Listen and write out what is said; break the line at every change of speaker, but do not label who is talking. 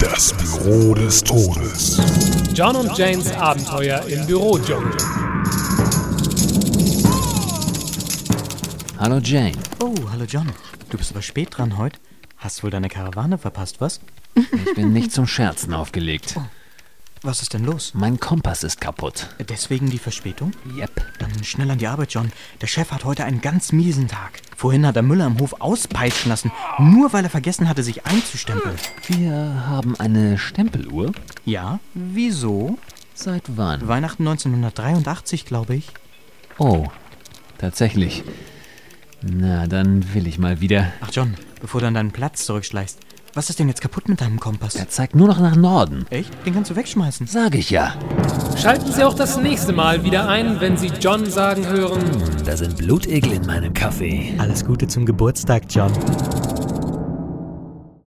Das Büro des Todes.
John und Janes Abenteuer im Büro, John.
Hallo Jane.
Oh, hallo John. Du bist aber spät dran heute. Hast wohl deine Karawane verpasst, was?
Ich bin nicht zum Scherzen aufgelegt.
Was ist denn los?
Mein Kompass ist kaputt.
Deswegen die Verspätung?
Yep.
Dann schnell an die Arbeit, John. Der Chef hat heute einen ganz miesen Tag. Vorhin hat er Müller im Hof auspeitschen lassen, nur weil er vergessen hatte, sich einzustempeln.
Wir haben eine Stempeluhr.
Ja? Wieso?
Seit wann?
Weihnachten 1983, glaube ich.
Oh, tatsächlich. Na, dann will ich mal wieder.
Ach, John, bevor du an deinen Platz zurückschleichst, was ist denn jetzt kaputt mit deinem Kompass?
Er zeigt nur noch nach Norden.
Echt? Den kannst du wegschmeißen.
Sag ich ja.
Schalten Sie auch das nächste Mal wieder ein, wenn Sie John sagen hören.
Da sind Blutegel in meinem Kaffee.
Alles Gute zum Geburtstag, John.